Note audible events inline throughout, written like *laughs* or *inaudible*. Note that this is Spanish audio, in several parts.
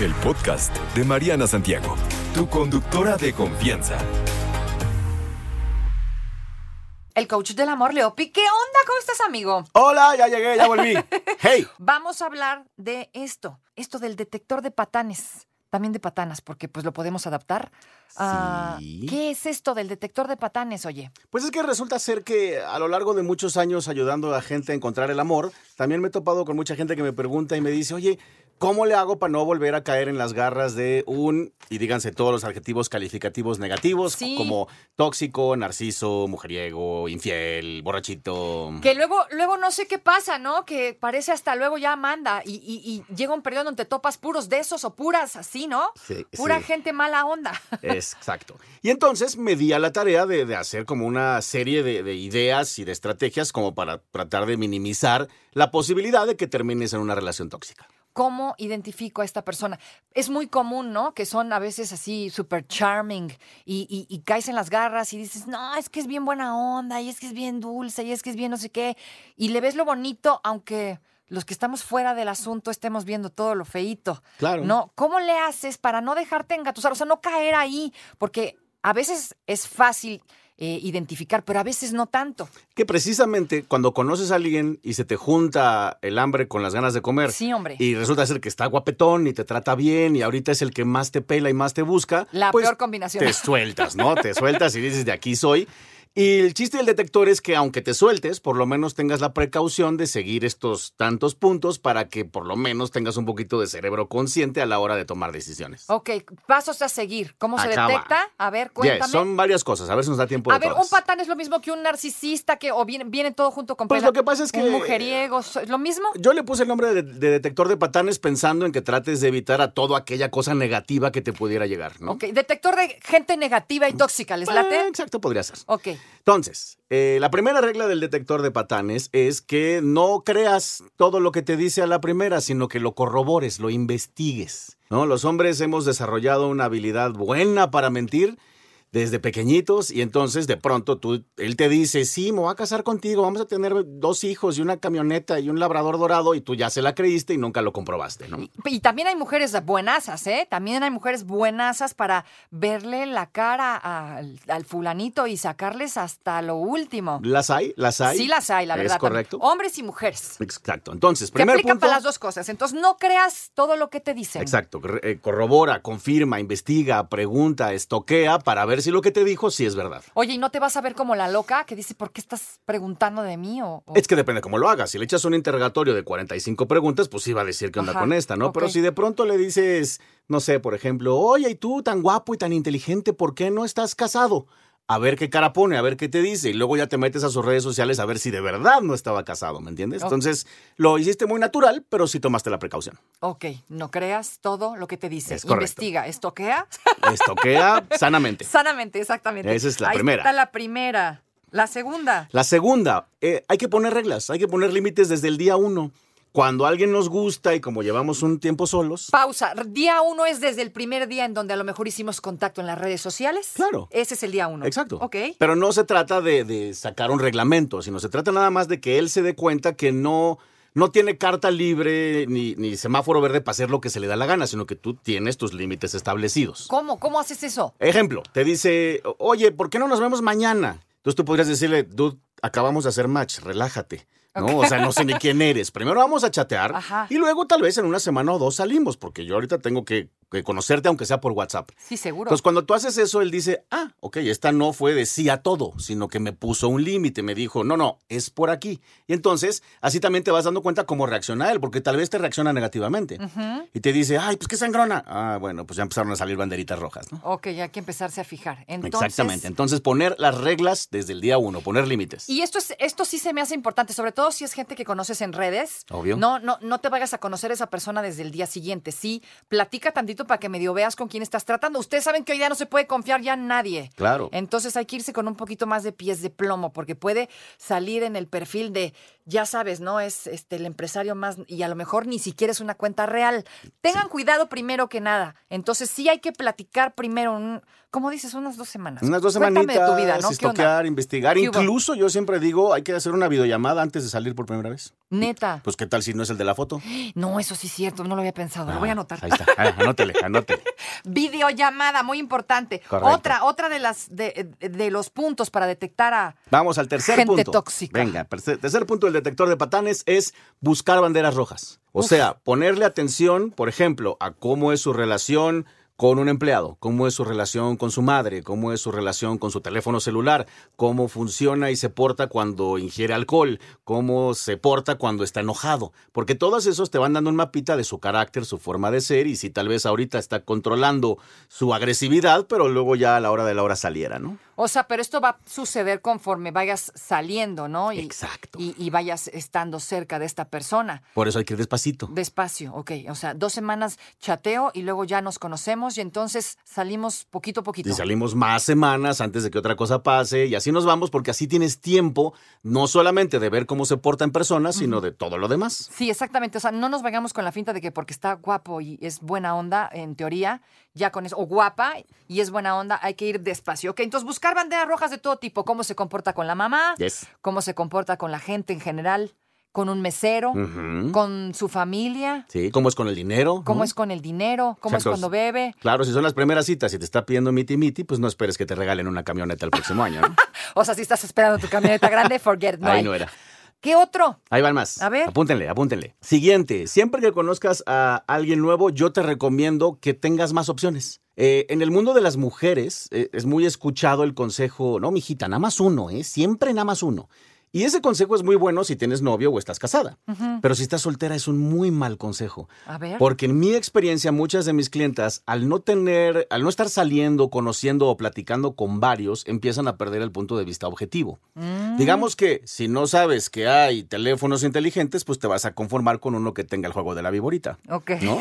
el podcast de Mariana Santiago, tu conductora de confianza. El coach del amor, Leopi. ¿Qué onda? ¿Cómo estás, amigo? Hola, ya llegué, *laughs* ya volví. Hey. Vamos a hablar de esto, esto del detector de patanes, también de patanas, porque pues lo podemos adaptar. a- Sí. ¿Qué es esto del detector de patanes, oye? Pues es que resulta ser que a lo largo de muchos años ayudando a gente a encontrar el amor, también me he topado con mucha gente que me pregunta y me dice, oye, ¿cómo le hago para no volver a caer en las garras de un, y díganse todos los adjetivos calificativos negativos, Sí. como tóxico, narciso, mujeriego, infiel, borrachito? Que luego, luego no sé qué pasa, ¿no? Que parece hasta luego ya manda y, y- y llega un periodo donde te topas puros de esos o puras así, ¿no? Sí, Pura sí. gente mala onda. Exacto. Y entonces me di a la tarea de, de hacer como una serie de, de ideas y de estrategias como para tratar de minimizar la posibilidad de que termines en una relación tóxica. ¿Cómo identifico a esta persona? Es muy común, ¿no? Que son a veces así super charming y, y- y caes en las garras y dices, no, es que es bien buena onda y es que es bien dulce y es que es bien no sé qué. Y le ves lo bonito, aunque los que estamos fuera del asunto estemos viendo todo lo feíto. Claro. No, ¿cómo le haces para no dejarte engatusar? O sea, no caer ahí, porque a veces es fácil eh, identificar, pero a veces no tanto. Que precisamente cuando conoces a alguien y se te junta el hambre con las ganas de comer Sí, hombre. y resulta ser que está guapetón y te trata bien y ahorita es el que más te pela y más te busca, La pues, peor combinación. Te sueltas, *laughs* ¿no? Te sueltas y dices, de aquí soy. Y el chiste del detector es que aunque te sueltes, por lo menos tengas la precaución de seguir estos tantos puntos para que por lo menos tengas un poquito de cerebro consciente a la hora de tomar decisiones. Ok, pasos a seguir. ¿Cómo se Acaba. detecta? A ver, Ya, cuéntame. son varias cosas, a ver si nos da tiempo A de ver, todas. un patán es lo mismo que un narcisista que o viene, viene todo junto con Pues peda- lo que pasa es que- eh, un mujeriego, ¿so- ¿es lo mismo? Yo le puse el nombre de, de detector de patanes pensando en que trates de evitar a toda aquella cosa negativa que te pudiera llegar, ¿no? Ok, detector de gente negativa y tóxica, ¿les Eh, late? Exacto, podría ser. Ok, Entonces, eh, la primera regla del detector de patanes es que no creas todo lo que te dice a la primera, sino que lo corrobores, lo investigues. ¿no? Los hombres hemos desarrollado una habilidad buena para mentir desde pequeñitos y entonces de pronto tú, él te dice, sí, me voy a casar contigo, vamos a tener dos hijos y una camioneta y un labrador dorado y tú ya se la creíste y nunca lo comprobaste. ¿no? y también hay mujeres buenazas, ¿eh? También hay mujeres buenazas para verle la cara al, al fulanito y sacarles hasta lo último. ¿Las hay? ¿Las hay? Sí las hay, la verdad. Es también. correcto. Hombres y mujeres. Exacto. Entonces, Que primer aplican punto. para las dos cosas. Entonces, no creas todo lo que te dicen. Exacto, re- eh, corrobora, confirma, investiga, pregunta, estoquea para ver si lo que te dijo sí es verdad. Oye, ¿y no te vas a ver como la loca que dice, ¿por qué estás preguntando de mí? O, o- Es que depende cómo lo hagas. Si le echas un interrogatorio de 45 preguntas, pues sí va a decir que onda Ajá, con esta, ¿no? Pero ok. si de pronto le dices, no sé, por ejemplo, oye, y tú tan guapo y tan inteligente, ¿por qué no estás casado? A ver qué cara pone, a ver qué te dice, y luego ya te metes a sus redes sociales a ver si de verdad no estaba casado, ¿me entiendes? Ok. Entonces, lo hiciste muy natural, pero sí tomaste *laughs* la precaución. Ok, no creas todo lo que te dice. Es correcto. Investiga, estoquea Estoquea *laughs* sanamente. sanamente, exactamente. Esa es la Ahí primera. Está la primera. La segunda. La segunda, eh, hay que poner reglas, hay que poner límites desde el día uno. Cuando alguien nos gusta y como llevamos un tiempo solos, Pausa. Día uno es desde el primer día en donde a lo mejor hicimos contacto en las redes sociales. Claro. Ese es el día uno. Exacto. Ok. Pero no se trata de, de sacar un reglamento, sino se trata nada más de que él se dé cuenta que no, no tiene carta libre ni, ni semáforo verde para hacer lo que se le da la gana, sino que tú tienes tus límites establecidos. ¿Cómo? ¿Cómo haces eso? Ejemplo, te dice, oye, ¿por qué no nos vemos mañana? Entonces tú podrías decirle, dude, acabamos de hacer match, relájate. ¿No? O sea, no sé ni quién eres. Primero vamos a chatear Ajá. y luego tal vez en una semana o dos salimos, porque yo ahorita tengo que, que conocerte, aunque sea por WhatsApp. Sí, seguro. Entonces, cuando tú haces eso, él dice, ah, ok, esta no fue de sí a todo, sino que me puso un límite, me dijo, no, no, es por aquí. Y entonces, así también te vas dando cuenta cómo reacciona él, porque tal vez te reacciona negativamente. Y te dice, ay, pues qué sangrona. Ah, bueno, pues ya empezaron a salir banderitas rojas, ¿no? Ok, hay que empezarse a fijar. Entonces, Exactamente. Entonces, poner las reglas desde el día uno, poner límites. Y esto es, esto sí se me hace importante, sobre todo si es gente que conoces en redes. Obvio. No, no, no te vayas a conocer a esa persona desde el día siguiente. Sí, platica tantito para que medio veas con quién estás tratando. Ustedes saben que hoy día no se puede confiar ya en nadie. Claro. Entonces hay que irse con un poquito más de pies de plomo, porque puede salir en el perfil de ya sabes, ¿no? Es este, el empresario más, y a lo mejor ni siquiera es una cuenta real. Tengan cuidado primero que nada. Entonces sí hay que platicar primero, un- ¿cómo dices? Unas dos semanas. Unas dos Cuéntame semanitas, de tu vida, ¿no? ¿Qué onda? estoquear, investigar. ¿Qué hubo? Incluso yo siempre digo, hay que hacer una videollamada antes de salir por primera vez. Neta. Pues qué tal si no es el de la foto. No, eso sí es cierto, no lo había pensado. lo voy a Ah, anotar. Ahí está, Ah, anótele, anótele. Videollamada, muy importante. Correcto. Otra, otra de las de, de los puntos para detectar a. Vamos al tercer Gente punto. tóxica. Venga, perce- tercer punto del detector de patanes es buscar banderas rojas. O sea, ponerle atención, por ejemplo, a cómo es su relación con un empleado, cómo es su relación con su madre, cómo es su relación con su teléfono celular, cómo funciona y se porta cuando ingiere alcohol, cómo se porta cuando está enojado, porque todos esos te van dando un mapita de su carácter, su forma de ser y si tal vez ahorita está controlando su agresividad, pero luego ya a la hora de la hora saliera, ¿no? O sea, pero esto va a suceder conforme vayas saliendo, ¿no? Y, Exacto. Y, y vayas estando cerca de esta persona. Por eso hay que ir despacito. Despacio, ok. O sea, dos semanas chateo y luego ya nos conocemos y entonces salimos poquito a poquito. Y salimos más semanas antes de que otra cosa pase y así nos vamos porque así tienes tiempo no solamente de ver cómo se porta en persona, sino de todo lo demás. Sí, exactamente. O sea, no nos vayamos con la finta de que porque está guapo y es buena onda, en teoría, ya con eso, o guapa y es buena onda, hay que ir despacio. Ok, entonces buscar banderas rojas de todo tipo, cómo se comporta con la mamá, Yes. cómo se comporta con la gente en general, con un mesero, Ujú. con su familia, Sí, cómo es con el dinero. cómo ¿no? es con el dinero, cómo es Exacto. cuando bebe. Claro, si son las primeras citas y te está pidiendo miti miti, pues no esperes que te regalen una camioneta el próximo año. ¿no? O sea, si estás esperando tu camioneta grande, forget it, *laughs* no Ahí hay. no era. ¿Qué otro? Ahí van más. A ver. Apúntenle, apúntenle. Siguiente, siempre que conozcas a alguien nuevo, yo te recomiendo que tengas más opciones. Eh, en el mundo de las mujeres eh, es muy escuchado el consejo, no, mijita, nada más uno, ¿eh? Siempre nada más uno. Y ese consejo es muy bueno si tienes novio o estás casada. Pero si estás soltera es un muy mal consejo. A ver. Porque en mi experiencia, muchas de mis clientas, al no tener, al no estar saliendo, conociendo o platicando con varios, empiezan a perder el punto de vista objetivo. Digamos que si no sabes que hay teléfonos inteligentes, pues te vas a conformar con uno que tenga el juego de la viborita. Ok. ¿No?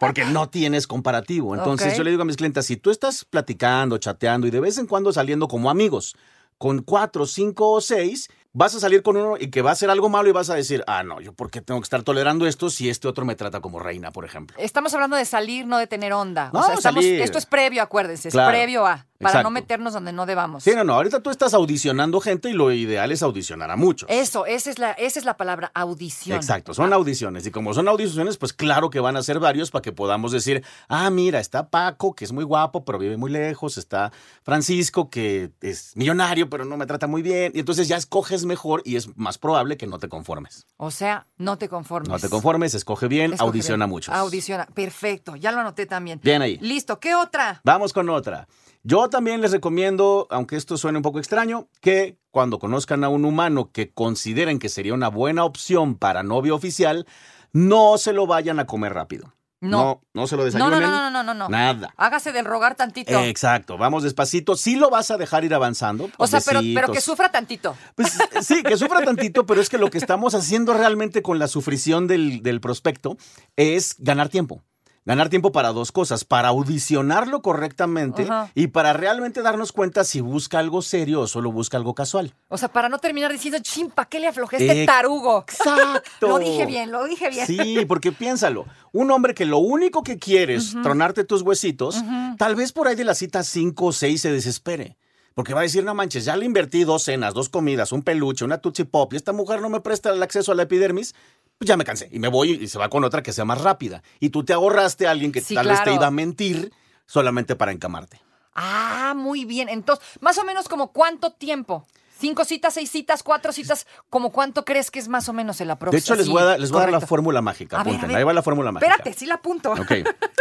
Porque no tienes comparativo. Entonces Ok. yo le digo a mis clientes, si tú estás platicando, chateando y de vez en cuando saliendo como amigos, con cuatro, cinco o seis, vas a salir con uno y que va a hacer algo malo y vas a decir, ah, no, yo por qué tengo que estar tolerando esto si este otro me trata como reina, por ejemplo. Estamos hablando de salir, no de tener onda. o No, sea, estamos- salir. esto es previo, acuérdense, es Claro. previo a, para Exacto. no meternos donde no debamos. Sí, no, no, ahorita tú estás audicionando gente y lo ideal es audicionar a muchos. Eso, esa es, la, esa es la palabra, audición. Ah. Exacto, son audiciones. Y como son audiciones, pues claro que van a ser varios para que podamos decir, ah, mira, está Paco, que es muy guapo, pero vive muy lejos, está Francisco, que es millonario, pero no me trata muy bien. Y entonces ya escoges mejor y es más probable que no te conformes. O sea, no te conformes. No te conformes, escoge bien, Escoge audiciona bien. mucho. Audiciona, perfecto, ya lo anoté también. Bien ahí. Listo, ¿qué otra? Vamos con otra. Yo también les recomiendo, aunque esto suene un poco extraño, que cuando conozcan a un humano que consideren que sería una buena opción para novio oficial, no se lo vayan a comer rápido. No. No, no se lo No, no, desayunen. no, no, no, no, no. Nada. Hágase del rogar tantito. Exacto, vamos despacito. Sí lo vas a dejar ir avanzando. o pues, sea, pero, pero besitos. que sufra tantito. Pues, sí, que sufra tantito, pero es que lo que estamos haciendo realmente con la sufrición del, del prospecto es ganar tiempo. Ganar tiempo para dos cosas, para audicionarlo correctamente Ajá. y para realmente darnos cuenta si busca algo serio o solo busca *laughs* algo casual. O sea, para no terminar diciendo, chimpa, ¿qué le aflojé a este Ex- tarugo? Exacto. Lo dije bien, lo dije bien. Sí, porque piénsalo, un hombre que lo único que quiere es tronarte tus huesitos, tal vez por ahí de la cita 5 o 6 se desespere. Porque va a decir, no manches, ya le invertí dos cenas, dos comidas, un peluche, una Tutsi Pop, y esta mujer no me presta el acceso a la epidermis, pues ya me cansé. Y me voy y se va con otra que sea más rápida. Y tú te ahorraste a alguien que Sí, tal vez te claro. iba a mentir solamente para encamarte. Ah, muy bien. Entonces, más o menos como cuánto tiempo. Cinco citas, seis citas, cuatro citas, ¿como cuánto crees que es más o menos el aproximado? De hecho, les voy a, dar- les voy a dar la fórmula mágica. A ver, a apúntenla. ver. Ahí va la fórmula mágica. Espérate, sí la apunto. Ok,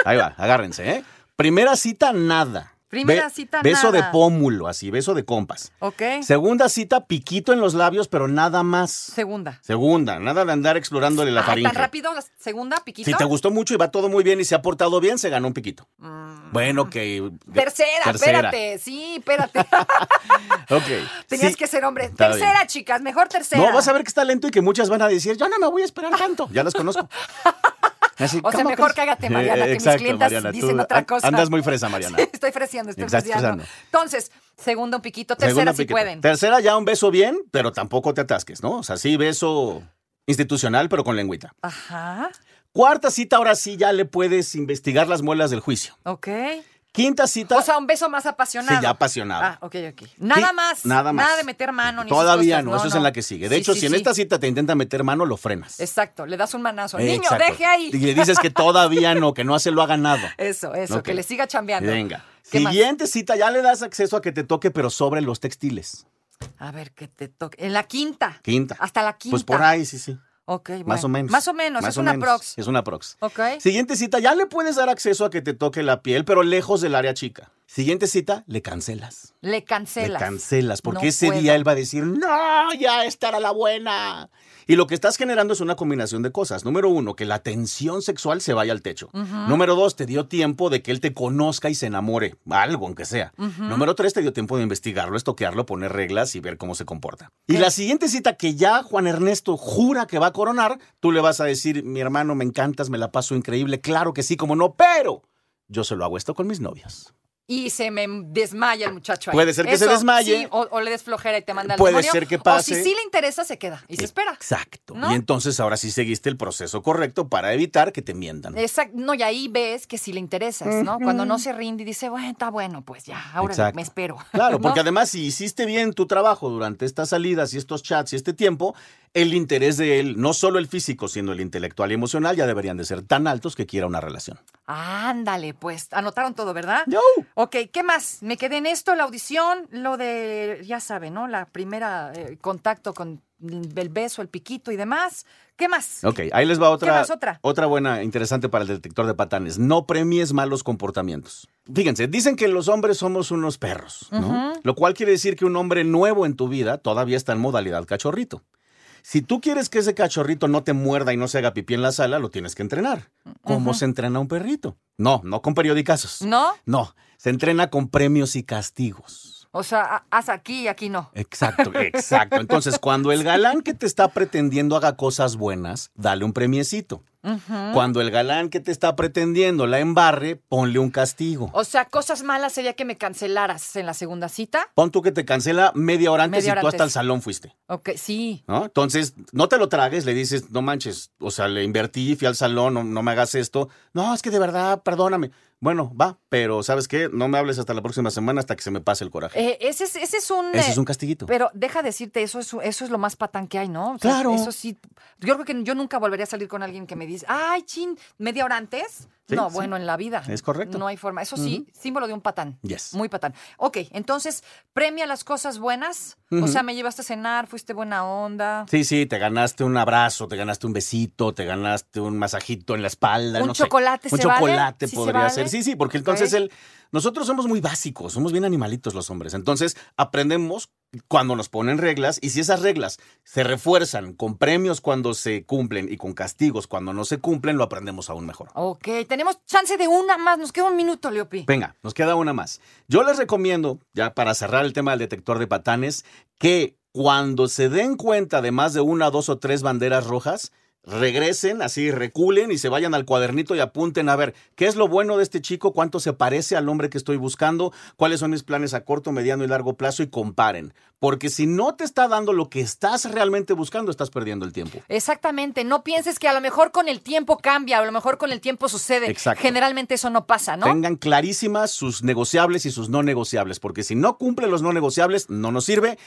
ahí va, agárrense, ¿eh? Primera cita, nada. Primera cita, beso nada. de pómulo, así, beso de compas. Ok. Segunda cita, piquito en los labios, pero nada más. Segunda. Segunda, nada de andar explorándole la Ah, faringe. ¿Tan rápido la segunda, piquito? Si te gustó mucho y va todo muy bien y se ha portado bien, se ganó un piquito. Bueno, que... Mm. Tercera, tercera. espérate. Sí, *laughs* espérate. Ok. Tenías sí. que ser hombre. Está bien. tercera, chicas, mejor tercera. *laughs* No, vas a ver que está lento y que muchas van a decir, yo no me voy a esperar tanto. Ya las conozco. Así, O sea, ¿cómo mejor crees? cágate, Eh, Mariana, que exacto, mis clientas Mariana, dicen tú otra an- cosa. Andas muy fresa, Mariana. Sí, *laughs* estoy freseando, estoy Exacto, freseando. Susana. Entonces, segundo un piquito, tercera Segunda si piqueta. pueden. Tercera ya un beso bien, pero tampoco te atasques, ¿no? O sea, sí beso institucional, pero con lengüita. Ajá, Cuarta cita, ahora sí ya le puedes investigar las muelas del juicio. ok. Quinta cita, O sea, un beso más apasionado. sí, ya apasionado. Ah, ok, ok. Nada Sí, más. Nada más. Nada de meter mano. Ni esas Todavía cosas. no, eso es en la que sigue. De Sí, hecho, sí, si en sí. esta cita te intenta meter mano, lo frenas. Exacto, le das un manazo. Eh, Niño, exacto. deje ahí. Y le dices que todavía no, que no hace lo ha ganado. *laughs* Eso, eso, Ok. que le siga chambeando. Venga. ¿Qué más? Siguiente cita, ya le das acceso a que te toque, pero sobre los textiles. A ver, que te toque. En la quinta. Quinta. Hasta la quinta. Pues por ahí, sí, sí. Ok, bueno. Más o menos. Más o menos, Más es o una menos. prox. Es una prox. Ok. Siguiente cita, ya le puedes dar acceso a que te toque la piel, pero lejos del área chica. Siguiente cita, le cancelas. Le cancelas. Le cancelas, porque No ese puedo. día él va a decir, no, ya estará la buena. Y lo que estás generando es una combinación de cosas. Número uno, que la tensión sexual se vaya al techo. Número dos, te dio tiempo de que él te conozca y se enamore, algo aunque sea. Número tres, te dio tiempo de investigarlo, estoquearlo, poner reglas y ver cómo se comporta. Y Ok. la siguiente cita que ya Juan Ernesto jura que va a coronar, tú le vas a decir, mi hermano, me encantas, me la paso increíble, claro que sí, como no, pero yo se lo hago esto con mis novias. Y se me desmaya el muchacho ahí. Puede ser que se desmaye. sí, o, o le des flojera y te manda al Puede demonio, ser que O si pase. sí le interesa, se queda y se espera. Exacto. ¿No? Y entonces ahora sí seguiste el proceso correcto para evitar que te mientan. Exacto. No, y ahí ves que sí le interesas, ¿no? Cuando no se rinde y dice, bueno, está bueno, pues ya, ahora Exacto. me espero. Claro, *laughs* porque ¿No? además si hiciste bien tu trabajo durante estas salidas y estos chats y este tiempo, el interés de él, no solo el físico, sino el intelectual y emocional, ya deberían de ser tan altos que quiera una relación. Ándale, pues. Anotaron todo, ¿verdad? Yo. Ok, ¿qué más? Me quedé en esto, la audición, lo de, ya sabe, ¿no? La primera eh, contacto con el beso, el piquito y demás. ¿Qué más? Ok, ahí les va otra, más? Otra. buena, interesante para el detector de patanes. No premies malos comportamientos. Fíjense, dicen que los hombres somos unos perros, ¿no? Ujú. Lo cual quiere decir que un hombre nuevo en tu vida todavía está en modalidad cachorrito. Si tú quieres que ese cachorrito no te muerda y no se haga pipí en la sala, lo tienes que entrenar. ¿Cómo se entrena un perrito? No, no con periodicazos. ¿No? No, se entrena con premios y castigos. O sea, ha- haz aquí y aquí no. *laughs* Exacto, exacto. Entonces, cuando el galán que te está pretendiendo haga cosas buenas, dale un premiecito. Cuando el galán que te está pretendiendo la embarre, ponle un castigo. O sea, cosas malas sería que me cancelaras en la segunda cita. Pon tú que te cancela media hora antes Media hora y tú hasta antes. el salón fuiste, Ok, sí. ¿no? Entonces, no te lo tragues, le dices, no manches, o sea, le invertí, fui al salón, no, no me hagas esto. No, es que de verdad, perdóname. Bueno, va, pero ¿sabes qué? No me hables hasta la próxima semana hasta que se me pase el coraje. Eh, ese, es, ese es un... Ese eh, es un castiguito. Pero deja decirte, eso es, eso es lo más patán que hay, ¿no? O sea, Claro. Eso sí. Yo creo que yo nunca volvería a salir con alguien que me dice, ay, chin, media hora antes. Sí, no, sí. bueno, en la vida. Es correcto. No hay forma. Eso sí, símbolo de un patán. Yes. Muy patán. Ok, entonces, premia las cosas buenas. O sea, me llevaste a cenar, fuiste buena onda. Sí, sí, te ganaste un abrazo, te ganaste un besito, te ganaste un masajito en la espalda. ¿Un no sé. chocolate Un se vale? chocolate ¿Sí se podría vale? ser. Sí, sí, porque Ok. entonces él. Nosotros somos muy básicos, somos bien animalitos los hombres. Entonces aprendemos cuando nos ponen reglas y si esas reglas se refuerzan con premios cuando se cumplen y con castigos cuando no se cumplen, lo aprendemos aún mejor. Ok, tenemos chance de una más. Nos queda un minuto, Leopi. Venga, nos queda una más. Yo les recomiendo, ya para cerrar el tema del detector de patanes, que cuando se den cuenta de más de una, dos o tres banderas rojas, regresen, así reculen y se vayan al cuadernito y apunten a ver qué es lo bueno de este chico, cuánto se parece al hombre que estoy buscando, cuáles son mis planes a corto, mediano y largo plazo y comparen. Porque si no te está dando lo que estás realmente buscando, estás perdiendo el tiempo. Exactamente, no pienses que a lo mejor con el tiempo cambia, a lo mejor con el tiempo sucede. Exacto. Generalmente eso no pasa, ¿no? Tengan clarísimas sus negociables y sus no negociables, porque si no cumple los no negociables, no nos sirve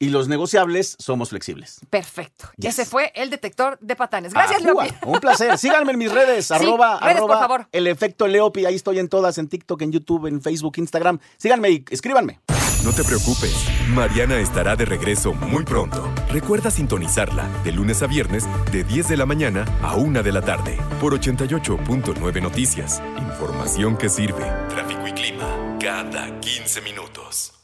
y los negociables somos flexibles. Perfecto. Yes. Ah, Ese fue el detector de patanes. Gracias, Ajúa, Leopi. Un placer. Síganme en mis redes. *laughs* Sí, arroba, redes, por arroba favor. El efecto Leopi. Ahí estoy en todas, en TikTok, en YouTube, en Facebook, Instagram. Síganme y escríbanme. No te preocupes, Mariana estará de regreso muy pronto. Recuerda sintonizarla de lunes a viernes de 10 de la mañana a 1 de la tarde por 88.9 Noticias. Información que sirve. Tráfico y clima cada 15 minutos.